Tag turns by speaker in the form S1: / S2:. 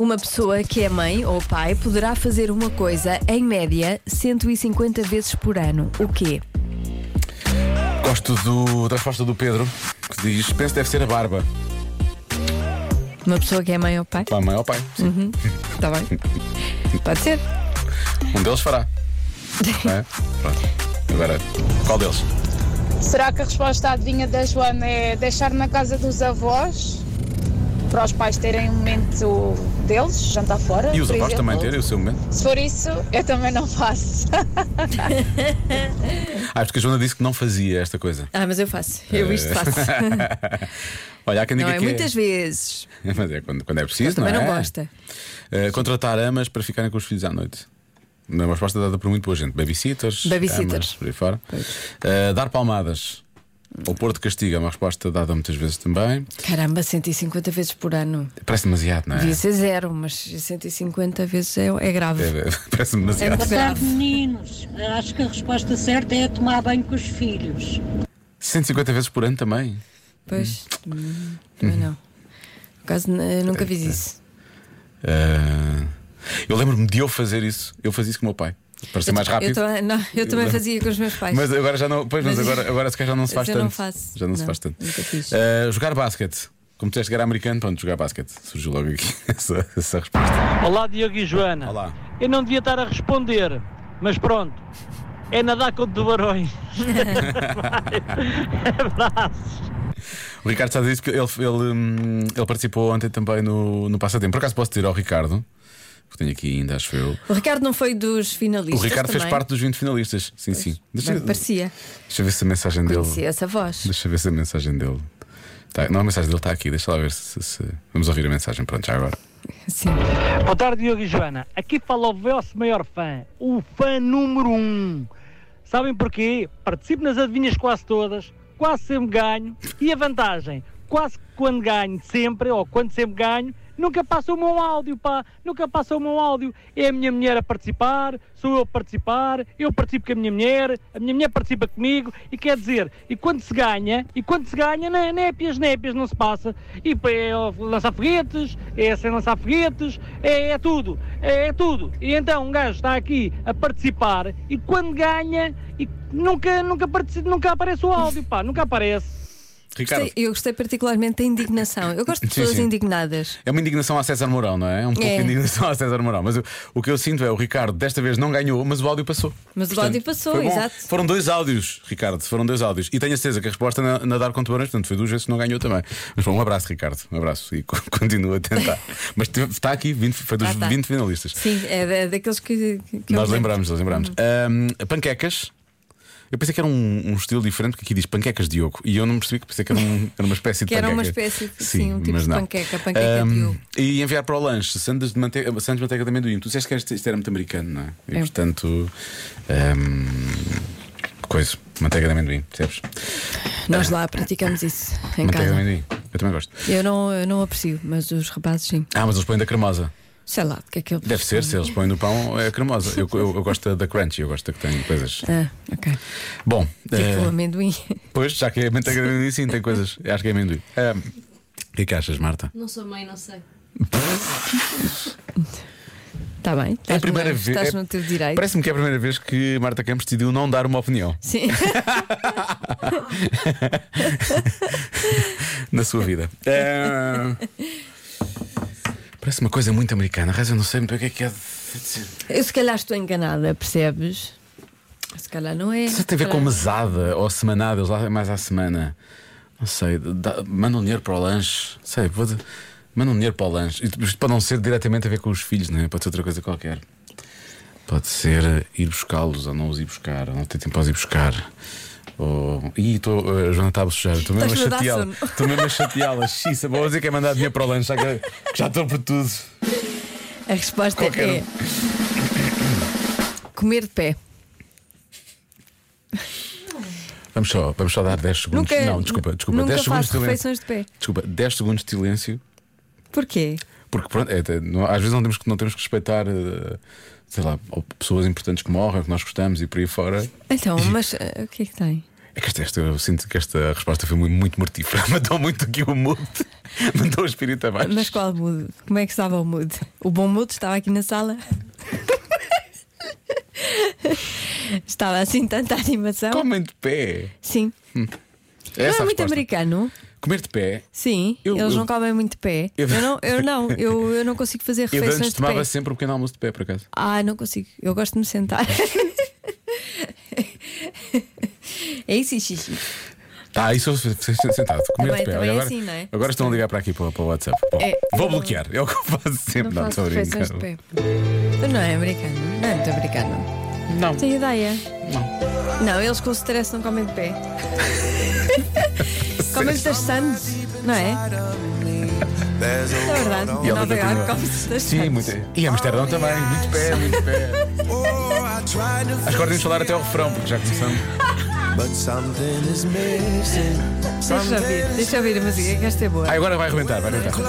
S1: Uma pessoa que é mãe ou pai poderá fazer uma coisa, em média, 150 vezes por ano. O quê?
S2: Gosto do- da resposta do Pedro, que diz: penso que deve ser a barba.
S1: Uma pessoa que é mãe ou pai?
S2: Para a mãe ou ao pai. Sim.
S1: Uhum. Está bem? Pode ser.
S2: Um deles fará. não é? Pronto. Agora, qual deles?
S3: Será que a resposta à adivinha da Joana é deixar na casa dos avós para os pais terem um momento deles, jantar fora?
S2: E os
S3: por
S2: avós
S3: exemplo?
S2: também terem o seu momento.
S3: Se for isso, eu também não faço.
S2: Ah, porque a Joana disse que não fazia esta coisa.
S1: Ah, mas eu faço. Eu isto faço.
S2: Olha, há quem
S1: Não
S2: diga
S1: é?
S2: que
S1: Muitas vezes.
S2: é. Mas é quando, quando é preciso,
S1: Também
S2: não é?
S1: não gosta.
S2: Eh, contratar amas para ficarem com os filhos à noite. é Uma resposta dada por muito boa gente. Babysitters,
S1: Babysitters.
S2: amas, por aí fora. Eh, dar palmadas. Ou pôr de castigo é uma resposta dada muitas vezes também.
S1: Caramba, 150 vezes por ano.
S2: Parece demasiado, não é?
S1: Devia ser zero, mas 150 vezes é, é grave.
S2: É, Parece
S1: É
S2: demasiado.
S1: muito
S4: Boa tarde,
S1: grave.
S4: meninos. Acho que a resposta certa é tomar banho com os filhos.
S2: 150 vezes por ano também.
S1: Pois. hum,
S2: Uhum.
S1: também não. Por acaso, n- nunca
S2: É.
S1: fiz isso.
S2: Eh, eu lembro-me de eu fazer isso. Eu fazia isso com o meu pai. Para ser mais rápido.
S1: Eu, também- não, eu também
S2: Eu-
S1: fazia com os meus pais.
S2: Mas agora já não. Pois, mas,
S1: Mas-
S2: agora, agora se calhar já não se faz
S1: Mas eu
S2: tanto.
S1: não faço.
S2: Já não, se
S1: Não,
S2: faz tanto.
S1: nunca fiz.
S2: Eh, jogar basquete. Como disseste que era americano, pronto, jogar basquete. Surgiu logo aqui essa, essa resposta.
S5: Olá Diogo e Joana.
S2: Olá.
S5: Eu não devia estar a responder, mas pronto. É nadar com tubarões. Abraços.
S2: O Ricardo está a dizer isso porque ele, ele, hum, ele participou ontem também no, no passatempo. Por acaso posso dizer ao Ricardo, que tenho aqui ainda, acho eu.
S1: O Ricardo não foi dos
S2: O
S1: finalistas.
S2: Ricardo
S1: também.
S2: fez parte dos 20 finalistas. Sim, sim. Deixa,
S1: Bem, parecia.
S2: deixa eu ver se a mensagem
S1: Conhecia
S2: dele.
S1: essa voz.
S2: Deixa eu ver se a mensagem dele. Tá, não, a mensagem dele está aqui. Deixa lá ver se, se- Vamos ouvir a mensagem. Pronto, já agora.
S1: Sim.
S5: Boa tarde Diogo e Joana. Aqui fala o vosso maior fã, o fã número um. Sabem porquê? Participo nas adivinhas quase todas, quase sempre ganho e a vantagem, quase que quando ganho sempre ou quando sempre ganho, nunca passa o meu áudio, pá, nunca passa o meu áudio. É a minha mulher a participar, sou eu a participar, eu participo com a minha mulher, a minha mulher participa comigo e quer dizer, e quando se ganha, e quando se ganha, né, népias, népias, não se passa. E pá, é lançar foguetes, é sem lançar foguetes, é, é tudo, é, é tudo. E então um gajo está aqui a participar e quando ganha, e nunca, nunca, participa, nunca aparece o áudio, pá, nunca aparece.
S2: Ricardo.
S1: Gostei- eu gostei particularmente da indignação. Eu gosto de
S2: Sim,
S1: pessoas
S2: sim.
S1: indignadas.
S2: É uma indignação a César Mourão, não é? É um pouco
S1: É.
S2: de indignação a César Mourão. Mas o, o que eu sinto é o Ricardo desta vez não ganhou, mas o áudio passou.
S1: Mas o áudio passou,
S2: foi bom.
S1: exato.
S2: Foram dois áudios, Ricardo, foram dois áudios. E tenho a certeza que a resposta na, na dar com tubarões, portanto, foi duas vezes que não ganhou também. Mas bom, um abraço, Ricardo. Um abraço e co- continua a tentar. mas teve- está aqui, 20 foi dos
S1: Ah, tá.
S2: 20 finalistas.
S1: Sim, é da- daqueles que. que- Uhum. que eu
S2: Nós
S1: me lembro.
S2: lembramos, nós lembramos. Ahm, panquecas. Eu pensei que era um, um estilo diferente, porque aqui diz panquecas Diogo. E eu não percebi que pensei que era, um- era uma espécie de
S1: Que era
S2: panqueca.
S1: uma espécie de- sim, um tipo
S2: mas
S1: de
S2: não.
S1: panqueca, panqueca
S2: Ahm,
S1: Diogo.
S2: E enviar para o lanche sandes de manteiga, sandes de, manteiga de amendoim. Tu disseste que isto, isto era muito americano, não é? E
S1: É.
S2: portanto. ahm, coisa, manteiga de amendoim, percebes?
S1: Nós lá praticamos isso em
S2: manteiga de
S1: casa.
S2: amendoim. Eu também gosto.
S1: Eu não, eu não aprecio, mas os rapazes sim.
S2: Ah, mas eles põem da cremosa.
S1: Sei lá, o que é que eles.
S2: Deve ser, se eles põem no pão, é a cremosa. Eu, eu, eu gosto da crunchy, eu gosto da que tem coisas.
S1: Ah,
S2: É.
S1: ok.
S2: Bom,
S1: Tipo
S2: eh,
S1: amendoim.
S2: Pois, já que é manteiga de amendoim, sim, tem coisas. Acho que é amendoim. Ahm, O que é que achas, Marta?
S6: Não sou mãe, não sei.
S1: Está Tá bem.
S2: É
S1: estás no- Estás no teu direito.
S2: Parece-me que é a primeira vez que Marta Campos decidiu não dar uma opinião
S1: Sim.
S2: na sua vida. Ahm, Parece uma coisa muito americana. Reza, eu não sei muito bem o que é que é. de dizer.
S1: Eu se calhar estou enganada, percebes? Se calhar não é.
S2: Isso tem a ver com mesada ou semanada, eles lá é mais à semana. Não sei, dá- manda um dinheiro para o lanche. Sei, vou de- manda um dinheiro para o lanche. E Isto para não ser diretamente a ver com os filhos, não é? Pode ser outra coisa qualquer. Pode ser eh, ir buscá-los ou não os ir buscar, ou não ter tempo para os ir buscar. Ou... Ih, estou, a Joana está a bocejar, estou mesmo a
S1: Estás-me a dar
S2: chateá-la.
S1: sono.
S2: Estou mesmo a chateá-la. Xiça, vou dizer que é mandar dinheiro para o lanche, já, que- que já estou por tudo.
S1: A resposta
S2: Qualquer um.
S1: é. Comer de pé.
S2: Vamos só, vamos só dar 10 segundos.
S1: Nunca. é-
S2: não, desculpa, desculpa.
S1: Nunca
S2: 10 segundos
S1: faço
S2: de silêncio.
S1: refeições de pé.
S2: Desculpa, 10 segundos de silêncio.
S1: Porquê?
S2: Porque pronto, é, é, não- às vezes não temos, que- não temos que respeitar, eh, sei lá, ou pessoas importantes que morrem, ou que nós gostamos e por aí fora.
S1: Então, mas ah, o que é que tem?
S2: É que esta, esta- eu sinto que esta resposta foi mu- muito mortífera. Mandou muito aqui o mood. Mandou o espírito abaixo.
S1: Mas qual mood? Como é que estava o mood? O bom mood estava aqui na sala? estava assim tanta animação?
S2: Comem de pé.
S1: Sim.
S2: É
S1: não
S2: essa
S1: é
S2: a
S1: muito
S2: resposta.
S1: americano?
S2: Comer de pé.
S1: Sim.
S2: Eu-
S1: eles
S2: eu-
S1: não comem muito de pé.
S2: Eu-
S1: Eu, não, eu não, eu, eu não consigo fazer
S2: Eu
S1: refeições
S2: antes
S1: de pé.
S2: tomava sempre um pequeno almoço de pé, por acaso.
S1: Ah, não consigo. Eu gosto de me sentar. é isso, xixi.
S2: Tá, isso eu se- se- se- sentado. Comer
S1: Também-
S2: de pé.
S1: também é
S2: agora,
S1: assim, não é?
S2: agora estão a ligar para aqui para, para o WhatsApp. Bom,
S1: É,
S2: vou
S1: eu-
S2: bloquear. É o que eu faço sempre.
S1: Não
S2: Não,
S1: faço
S2: estou a brincar.
S1: refeições de pé. Mas não é americano. Não é muito americano.
S2: Não.
S1: Tem ideia? Não. Não, eles com stress não comem de pé. comem das sandes, não é? É verdade.
S2: E
S1: Em
S2: ela
S1: Nova
S2: continua.
S1: York come-se das
S2: Sim,
S1: sandes.
S2: muito. E Amsterdão também, muito pé, muito pé. Acho que podemos falar até ao refrão, porque já começamos.
S1: Deixa eu ouvir, deixa eu ouvir a música, que esta é boa. é
S2: Ah, agora vai arrebentar, vai arrebentar.